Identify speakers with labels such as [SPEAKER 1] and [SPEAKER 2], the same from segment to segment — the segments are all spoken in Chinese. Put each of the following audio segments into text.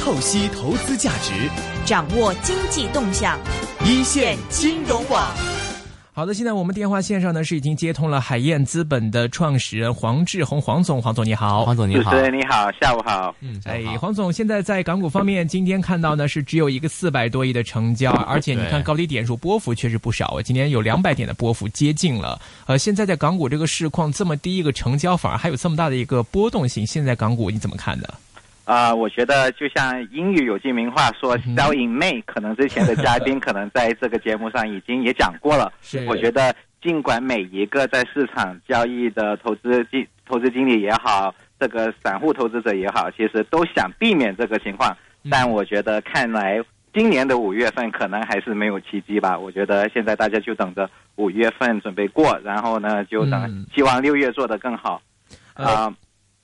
[SPEAKER 1] 透析投资价值，
[SPEAKER 2] 掌握经济动向，
[SPEAKER 1] 一线
[SPEAKER 2] 金融网。
[SPEAKER 1] 好的，现在我们电话线上呢是已经接通了海燕资本的创始人黄志宏，黄总，黄总你好，
[SPEAKER 3] 黄总你
[SPEAKER 4] 主
[SPEAKER 3] 好
[SPEAKER 4] 持，人你好，下午好。
[SPEAKER 3] 嗯，
[SPEAKER 1] 哎
[SPEAKER 3] 你，好
[SPEAKER 1] 黄总，现在在港股方面，今天看到呢是只有一个四百多亿的成 交，而且你
[SPEAKER 3] 对
[SPEAKER 1] 看高低点数波幅确实不少啊，今天有两百点的波幅接近了。呃，现在在港股这个市况这么低一个成交，反而还有这么大的一个波动性，现在港股你怎么看呢？
[SPEAKER 4] 啊、我觉得就像英语有句名话说
[SPEAKER 1] 嗯哼
[SPEAKER 4] “sell in May”，可能之前的嘉宾可能在这个节目上已经也讲过了。
[SPEAKER 1] 是
[SPEAKER 4] 我觉得，尽管每一个在市场交易的投资经投资经理也好，这个散户投资者也好，其实都想避免这个情况，但我觉得看来。今年的五月份可能还是没有奇迹吧，我觉得现在大家就等着五月份准备过，然后呢就
[SPEAKER 1] 嗯
[SPEAKER 4] 等希望六月做得更好。啊、
[SPEAKER 1] 呃，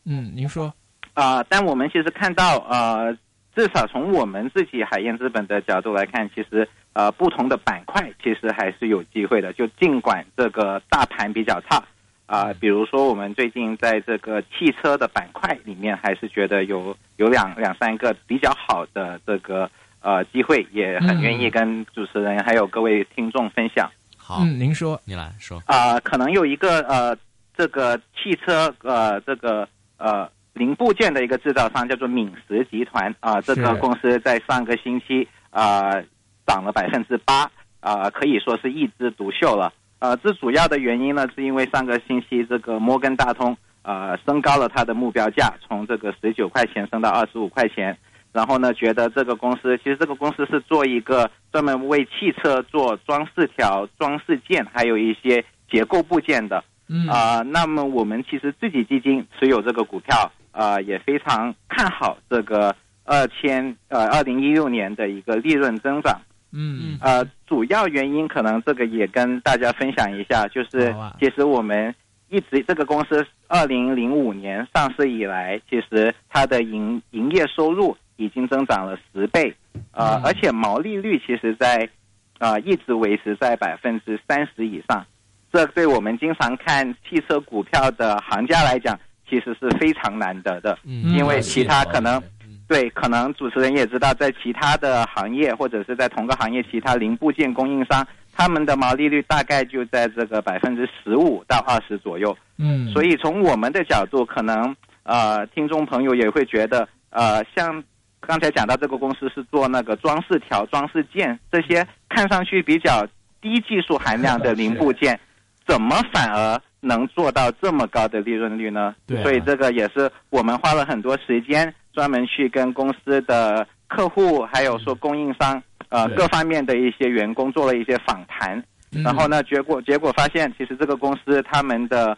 [SPEAKER 1] 嗯，您说，
[SPEAKER 4] 啊、但我们其实看到，呃，至少从我们自己海燕资本的角度来看，其实呃，不同的板块其实还是有机会的。就尽管这个大盘比较差，啊、比如说我们最近在这个汽车的板块里面，还是觉得有有两两三个比较好的这个呃机会，也很愿意跟主持人还有各位听众分享。
[SPEAKER 3] 好，
[SPEAKER 1] 嗯，您说，
[SPEAKER 3] 你来说，
[SPEAKER 4] 啊、可能有一个呃，这个汽车呃，这个呃零部件的一个制造商叫做敏实集团啊、这个
[SPEAKER 1] 是
[SPEAKER 4] 公司在上个星期啊、呃涨了百分之八啊，可以说是一枝独秀了。呃，最主要的原因呢，是因为上个星期这个摩根大通呃升高了它的目标价，从这个十九块钱升到二十五块钱。然后呢，觉得这个公司其实这个公司是做一个专门为汽车做装饰条、装饰件，还有一些结构部件的
[SPEAKER 1] 嗯
[SPEAKER 4] 啊、那么我们其实自己基金持有这个股票，啊，也非常看好这个二千呃二零一六年的一个利润增长。
[SPEAKER 1] 嗯
[SPEAKER 4] 呃，主要原因可能这个也跟大家分享一下，就是
[SPEAKER 1] 好啊
[SPEAKER 4] 其实我们一直这个公司二零零五年上市以来，其实它的营营业收入已经增长了十倍，呃，
[SPEAKER 1] 嗯
[SPEAKER 4] 而且毛利率其实在呃一直维持在百分之三十以上，这对我们经常看汽车股票的行家来讲，其实是非常难得的。
[SPEAKER 3] 嗯
[SPEAKER 1] 因为
[SPEAKER 4] 其他可能，
[SPEAKER 3] 嗯
[SPEAKER 4] 对，可能主持人也知道，在其他的行业或者是在同个行业其他零部件供应商，他们的毛利率大概就在这个百分之十五到二十左右。
[SPEAKER 1] 嗯，
[SPEAKER 4] 所
[SPEAKER 1] 以
[SPEAKER 4] 以从我们的角度，可能呃，听众朋友也会觉得，呃，像刚才讲到这个公司是做那个装饰条、装饰件这些看上去比较低技术含量的零部件，怎么反而能做到这么高的利润率呢？
[SPEAKER 3] 对啊
[SPEAKER 4] 所以这个也是我们花了很多时间专门去跟公司的客户，还有说供应商，呃，
[SPEAKER 3] 对
[SPEAKER 4] 各方面的一些员工做了一些访谈。
[SPEAKER 3] 嗯
[SPEAKER 4] 然后呢，结果结果发现，其实这个公司他们的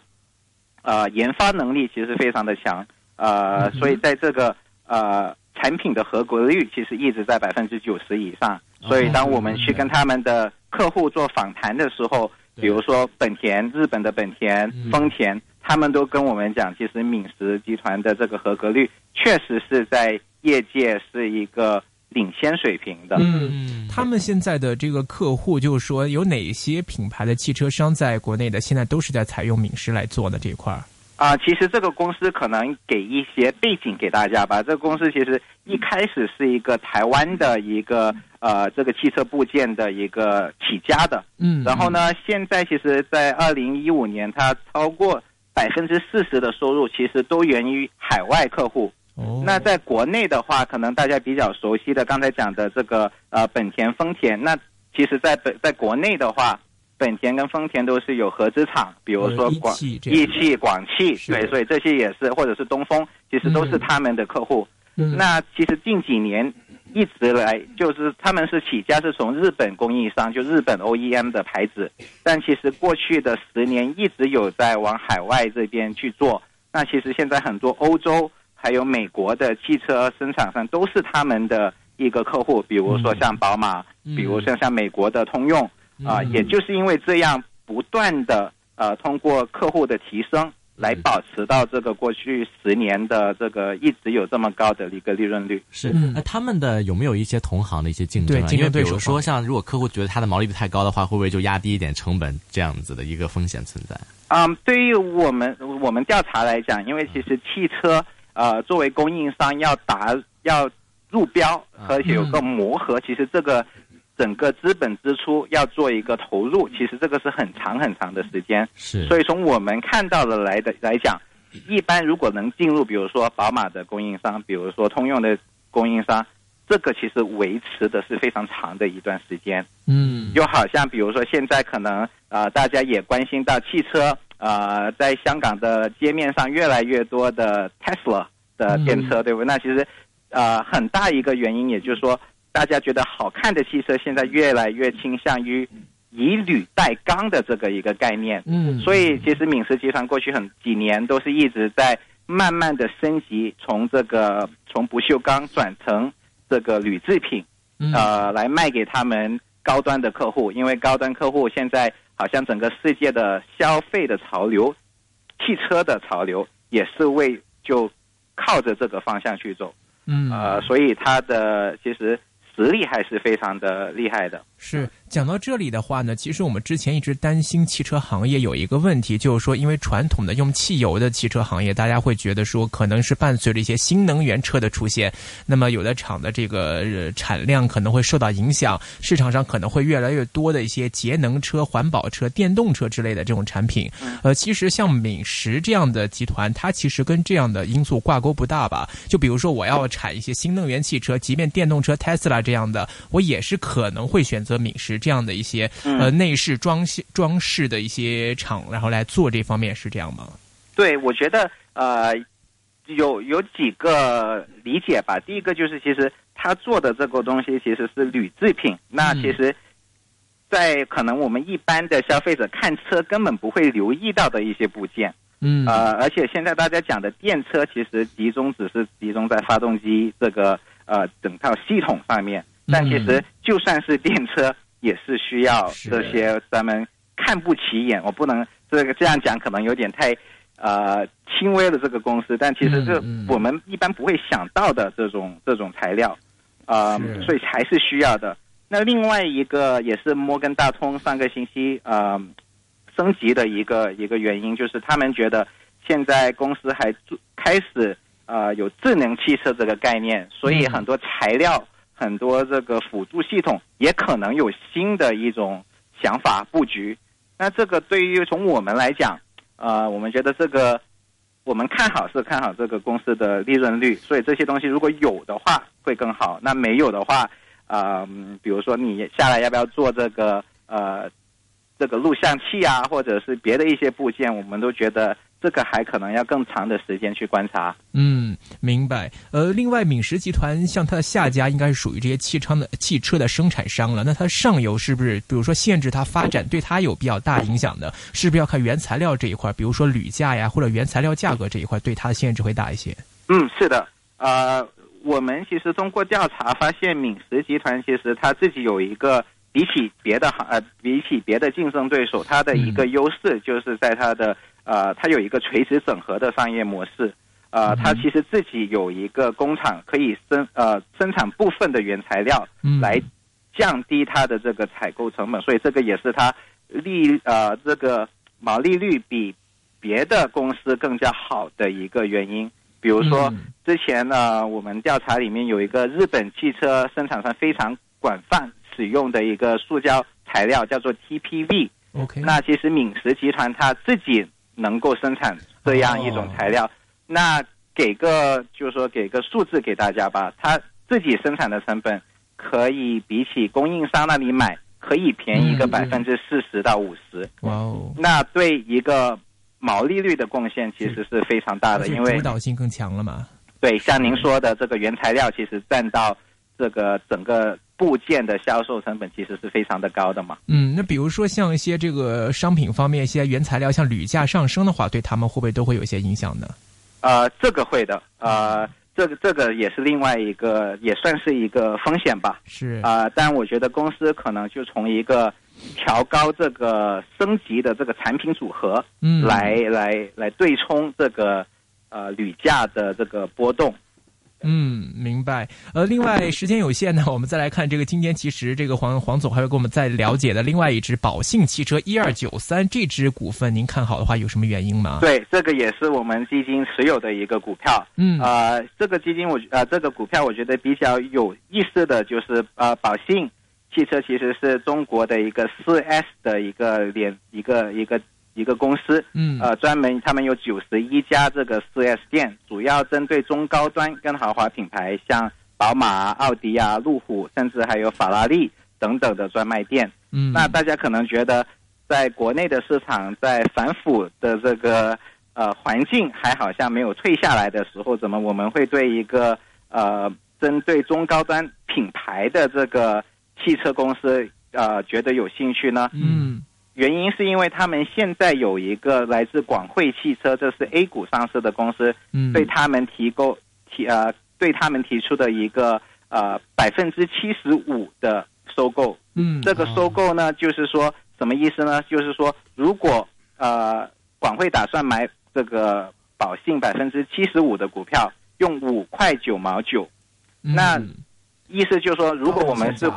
[SPEAKER 4] 呃研发能力其实非常的强，呃，
[SPEAKER 3] 嗯
[SPEAKER 4] 所以在这个呃产品的合格率其实一直在百分之九十以上。
[SPEAKER 3] 哦
[SPEAKER 4] 所以当我们去跟他们的客户做访谈的时候，
[SPEAKER 3] 对
[SPEAKER 4] 比如说本田、日本的本田
[SPEAKER 3] 嗯、
[SPEAKER 4] 丰田，他们都跟我们讲，其实敏实集团的这个合格率确实是在业界是一个领先水平的。
[SPEAKER 1] 嗯。
[SPEAKER 3] 嗯，
[SPEAKER 1] 他们现在的这个客户，就是说有哪些品牌的汽车商在国内的现在都是在采用敏实来做的这一块儿？
[SPEAKER 4] 啊、其实这个公司可能给一些背景给大家吧。这个公司其实一
[SPEAKER 1] 嗯
[SPEAKER 4] 开始是一个台湾的一个呃这个汽车部件的一个起家的，
[SPEAKER 1] 嗯，
[SPEAKER 4] 然后呢，现在其实，在二零一五年，它超过百分之四十的收入其实都源于海外客户。
[SPEAKER 1] 哦，
[SPEAKER 4] 那在国内的话，可能大家比较熟悉的刚才讲的这个呃本田、丰田，那其实在本在国内的话，本田跟丰田都是有合资厂，比如说
[SPEAKER 1] 呃一
[SPEAKER 4] 广
[SPEAKER 1] 汽这
[SPEAKER 4] 一
[SPEAKER 1] 样
[SPEAKER 4] 汽、广汽，
[SPEAKER 1] 是
[SPEAKER 4] 对，所以这些也是或者是东风，其实都是
[SPEAKER 1] 嗯
[SPEAKER 4] 他们的客户。
[SPEAKER 1] 嗯
[SPEAKER 4] 那其实近几年一直来，就是他们是起家是从日本供应商，就日本 OEM 的牌子，但其实过去的十年一直有在往海外这边去做。那其实现在很多欧洲还有美国的汽车生产商都是他们的一个客户，比如说像宝马，
[SPEAKER 3] 嗯
[SPEAKER 4] 比如说像美国的通用啊、
[SPEAKER 3] 嗯
[SPEAKER 4] 也就是因为这样不断的呃通过客户的提升来保持到这个过去十年的这个一直有这么高的一个利润率。
[SPEAKER 3] 是
[SPEAKER 1] 嗯，
[SPEAKER 3] 那他们的有没有一些同行的一些竞争
[SPEAKER 1] 对
[SPEAKER 3] 啊？
[SPEAKER 1] 竞
[SPEAKER 3] 因为
[SPEAKER 1] 争
[SPEAKER 3] 比
[SPEAKER 1] 对手
[SPEAKER 3] 如说，像如果客户觉得它的毛利率太高的话，会不会就压低一点成本这样子的一个风险存在？
[SPEAKER 4] 啊、对于我们我们调查来讲，因为其实汽车呃作为供应商要达要入标，而且有个磨合，其实这个整个资本支出要做一个投入，其实这个是很长很长的时间。
[SPEAKER 3] 是，
[SPEAKER 4] 所以从我们看到的来的来讲，一般如果能进入，比如说宝马的供应商，比如说通用的供应商，这个其实维持的是非常长的一段时间。
[SPEAKER 1] 嗯，
[SPEAKER 4] 就好像比如说现在可能呃大家也关心到汽车呃在香港的街面上越来越多的 Tesla 的电车，对不对？那其实呃很大一个原因，也就是说大家觉得好看的汽车现在越来越倾向于以铝代钢的这个一个概念。
[SPEAKER 1] 嗯，
[SPEAKER 4] 所以其实敏实集团过去很几年都是一直在慢慢的升级，从这个从不锈钢转成这个铝制品，
[SPEAKER 1] 嗯
[SPEAKER 4] 呃，来卖给他们高端的客户，因为高端客户现在好像整个世界的消费的潮流，汽车的潮流也是为就靠着这个方向去走，
[SPEAKER 1] 嗯
[SPEAKER 4] 呃，所以它的其实实力还是非常的厉害的。
[SPEAKER 1] 是讲到这里的话呢，其实我们之前一直担心汽车行业有一个问题，就是说，因为传统的用汽油的汽车行业，大家会觉得说，可能是伴随着一些新能源车的出现，那么有的厂的这个、呃产量可能会受到影响，市场上可能会越来越多的一些节能车、环保车、电动车之类的这种产品。呃，其实像敏实这样的集团，它其实跟这样的因素挂钩不大吧？就比如说，我要产一些新能源汽车，即便电动车 Tesla 这样的，我也是可能会选择敏实这样的一些呃内饰装饰装饰的一些厂，然后来做这方面，是这样吗？
[SPEAKER 4] 对，我觉得呃，有有几个理解吧。第一个就是，其实他做的这个东西其实是铝制品，那
[SPEAKER 1] 嗯
[SPEAKER 4] 其实，在可能我们一般的消费者看车根本不会留意到的一些部件。
[SPEAKER 1] 嗯
[SPEAKER 4] 呃，而且现在大家讲的电车，其实集中只是集中在发动机这个呃整套系统上面，
[SPEAKER 1] 嗯
[SPEAKER 4] 但其实就算是电车，也是需要
[SPEAKER 1] 是
[SPEAKER 4] 这些咱们看不起眼。我不能这个这样讲，可能有点太呃轻微的这个公司，但其实这
[SPEAKER 1] 嗯嗯
[SPEAKER 4] 我们一般不会想到的这种这种材料，呃
[SPEAKER 1] 是，
[SPEAKER 4] 所以还是需要的。那另外一个也是摩根大通上个星期呃升级的一个一个原因，就是他们觉得现在公司还注开始呃有智能汽车这个概念，所以
[SPEAKER 1] 嗯
[SPEAKER 4] 很多材料、很多这个辅助系统也可能有新的一种想法布局。那这个对于从我们来讲，呃，我们觉得这个我们看好是看好这个公司的利润率，所以这些东西如果有的话会更好，那没有的话，呃，嗯比如说你下来要不要做这个呃这个录像器啊，或者是别的一些部件，我们都觉得这个还可能要更长的时间去观察。
[SPEAKER 1] 嗯，明白。呃，另外，敏实集团像它的下家应该是属于这些汽车的汽车的生产商了。那它上游是不是，比如说限制它发展，对它有比较大影响的？是不是要看原材料这一块，比如说铝价呀，或者原材料价格这一块，对它的限制会大一些？
[SPEAKER 4] 嗯，是的，呃，我们其实通过调查发现，敏实集团其实它自己有一个比起别的行呃，比起别的竞争对手，它的一个优势就是在它的呃，它有一个垂直整合的商业模式。呃，它其实自己有一个工厂，可以生呃生产部分的原材料
[SPEAKER 1] 嗯
[SPEAKER 4] 来降低它的这个采购成本，所以这个也是它利呃这个毛利率比别的公司更加好的一个原因。比如说，
[SPEAKER 1] 嗯
[SPEAKER 4] 之前呢，我们调查里面有一个日本汽车生产商非常广泛使用的一个塑胶材料，叫做 TPV。
[SPEAKER 1] OK，
[SPEAKER 4] 那其实敏实集团它自己能够生产这样一种
[SPEAKER 1] 哦
[SPEAKER 4] 材料。那给个就是说给个数字给大家吧，它自己生产的成本可以比起供应商那里买可以便宜个
[SPEAKER 1] 嗯
[SPEAKER 4] 百分之四十到五十。
[SPEAKER 1] 哇哦，
[SPEAKER 4] 那对一个毛利率的贡献其实是非常大的，
[SPEAKER 1] 而且
[SPEAKER 4] 因为
[SPEAKER 1] 主导性更强了嘛？
[SPEAKER 4] 对，像您说的，这个原材料其实占到这个整个部件的销售成本，其实是非常的高的嘛。
[SPEAKER 1] 嗯，那比如说像一些这个商品方面，一些原材料像铝价上升的话，对他们会不会都会有一些影响呢？
[SPEAKER 4] 呃，这个会的，呃，这个这个也是另外一个，也算是一个风险吧。
[SPEAKER 1] 是，
[SPEAKER 4] 啊、但我觉得公司可能就从一个调高这个升级的这个产品组合
[SPEAKER 1] 嗯，
[SPEAKER 4] 来、来来对冲这个呃铝价的这个波动。
[SPEAKER 1] 嗯，明白。呃，另外时间有限呢，我们再来看这个今天其实这个黄黄总还会跟我们再了解的另外一只宝信汽车一二九三这只股份，您看好的话有什么原因吗？
[SPEAKER 4] 对，这个也是我们基金持有的一个股票。
[SPEAKER 1] 嗯
[SPEAKER 4] 呃，这个基金我呃这个股票我觉得比较有意思的就是呃宝信汽车其实是中国的一个四 S 的一个联一个一个一个公司，
[SPEAKER 1] 嗯
[SPEAKER 4] 呃，专门他们有九十一家这个四 S 店，主要针对中高端跟豪华品牌，像宝马、奥迪啊、路虎，甚至还有法拉利等等的专卖店。
[SPEAKER 1] 嗯，
[SPEAKER 4] 那大家可能觉得，在国内的市场在反腐的这个呃环境还好像没有退下来的时候，怎么我们会对一个呃针对中高端品牌的这个汽车公司呃觉得有兴趣呢？
[SPEAKER 1] 嗯
[SPEAKER 4] 原因是因为他们现在有一个来自广汇汽车，这是 A 股上市的公司，
[SPEAKER 1] 嗯
[SPEAKER 4] 对他们提供提呃对他们提出的一个呃百分之七十五的收购
[SPEAKER 1] 嗯
[SPEAKER 4] 这个收购呢，就是说什么意思呢？就是说，如果呃广汇打算买这个宝信百分之七十五的股票，用五块九毛九，
[SPEAKER 1] 嗯
[SPEAKER 4] 那意思就是说，如果我们
[SPEAKER 1] 哦
[SPEAKER 4] 是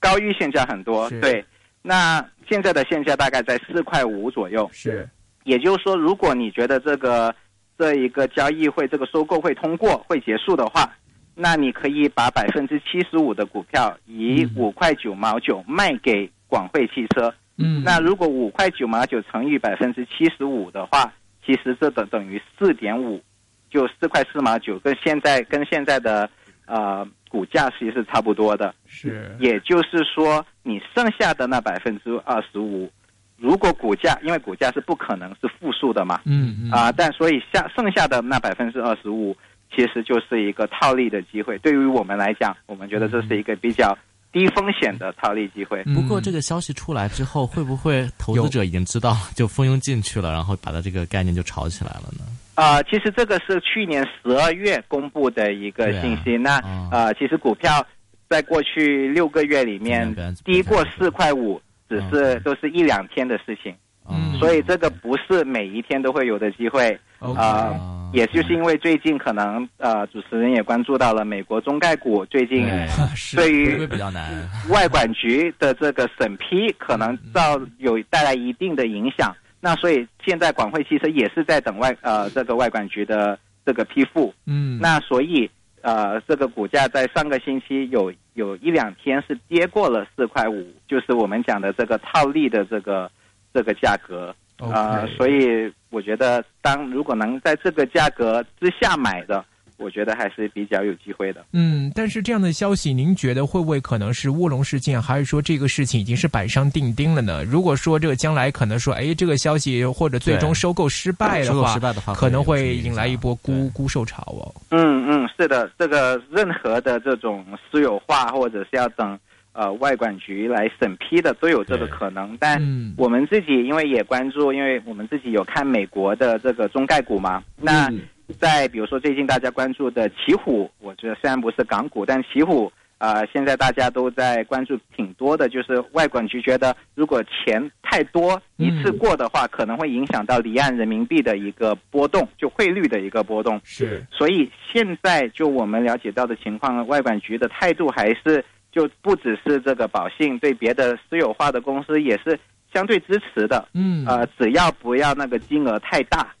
[SPEAKER 4] 高于现价很多
[SPEAKER 1] 是，
[SPEAKER 4] 对，那现在的现价大概在四块五左右。
[SPEAKER 1] 是
[SPEAKER 4] 也就是说，如果你觉得这个这一个交易会这个收购会通过会结束的话，那你可以把百分之七十五的股票以
[SPEAKER 1] 嗯
[SPEAKER 4] 五块九毛九卖给广汇汽车。
[SPEAKER 1] 嗯
[SPEAKER 4] 那如果五块九毛九乘以百分之七十五的话，其实这等等于四点五，就四块四毛九，跟现在跟现在的呃股价其实是差不多的。
[SPEAKER 1] 是
[SPEAKER 4] 也就是说，你剩下的那百分之二十五，如果股价，因为股价是不可能是负数的嘛，
[SPEAKER 1] 嗯嗯
[SPEAKER 4] 啊、但所以下剩下的那百分之二十五，其实就是一个套利的机会。对于我们来讲，我们觉得这是一个比较低风险的套利机会。
[SPEAKER 1] 嗯
[SPEAKER 3] 不过这个消息出来之后，会不会投资者已经知道就蜂拥进去了，然后把它这个概念就炒起来了呢？
[SPEAKER 4] 啊、其实这个是去年十二月公布的一个
[SPEAKER 3] 对啊
[SPEAKER 4] 信息。那
[SPEAKER 3] 啊
[SPEAKER 4] 呃，其实股票在过去六个月里面
[SPEAKER 3] 尽量不要
[SPEAKER 4] 低过四块五，只是
[SPEAKER 3] 嗯
[SPEAKER 4] 都是一两天的事情。
[SPEAKER 3] 啊
[SPEAKER 1] 嗯
[SPEAKER 4] 所以这个不是每一天都会有的机会，
[SPEAKER 1] OK
[SPEAKER 4] 啊
[SPEAKER 3] 哦
[SPEAKER 4] 也
[SPEAKER 3] 嗯
[SPEAKER 4] 就是因为最近可能呃，主持人也关注到了美国中概股最近
[SPEAKER 3] 对
[SPEAKER 1] 是
[SPEAKER 4] 对
[SPEAKER 3] 回归
[SPEAKER 4] 于
[SPEAKER 3] 比较难，
[SPEAKER 4] 外管局的这个审
[SPEAKER 3] 嗯
[SPEAKER 4] 批，可能到有带来一定的影响。那所以现在广汇汽车也是在等外呃这个外管局的这个批复，
[SPEAKER 1] 嗯
[SPEAKER 4] 那所以呃这个股价在上个星期有有一两天是跌过了四块五，就是我们讲的这个套利的这个这个价格。啊，所
[SPEAKER 1] 以
[SPEAKER 4] 以我觉得，当如果能在这个价格之下买的，我觉得还是比较有机会的。
[SPEAKER 1] 嗯，但是这样的消息，您觉得会不会可能是乌龙事件，还是说这个事情已经是板上钉钉了呢？如果说这个将来可能说，哎，这个消息或者最终
[SPEAKER 3] 对
[SPEAKER 1] 收购 失败的
[SPEAKER 3] 收购
[SPEAKER 1] 话
[SPEAKER 3] 失，败的话，
[SPEAKER 1] 可能
[SPEAKER 3] 有
[SPEAKER 1] 会
[SPEAKER 3] 什么
[SPEAKER 1] 引来
[SPEAKER 3] 影响啊
[SPEAKER 1] 一波沽。沽售潮哦。
[SPEAKER 4] 嗯嗯，是的，这个任何的这种私有化，或者是要等呃外管局来审批的，都有这个
[SPEAKER 3] 对
[SPEAKER 4] 可能。但
[SPEAKER 1] 嗯
[SPEAKER 4] 我们自己因为也关注，因为我们自己有看美国的这个中概股嘛。那
[SPEAKER 1] 嗯
[SPEAKER 4] 在比如说最近大家关注的奇虎，我觉得虽然不是港股，但奇虎啊、呃现在大家都在关注挺多的，就是外管局觉得如果钱太多一次过的话，可能会影响到离岸人民币的一个波动，就汇率的一个波动。
[SPEAKER 1] 是
[SPEAKER 4] 所以现在就我们了解到的情况，外管局的态度还是就不只是这个宝信，对别的私有化的公司也是相对支持的。
[SPEAKER 1] 嗯
[SPEAKER 4] 呃，只要不要那个金额太大，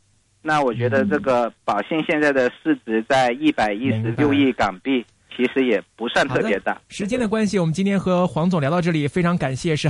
[SPEAKER 4] 那我觉得这个宝信现在的市值在一百一十六亿港币，其实也不算特别大。
[SPEAKER 1] 时间的关系，我们今天和黄总聊到这里，非常感谢是。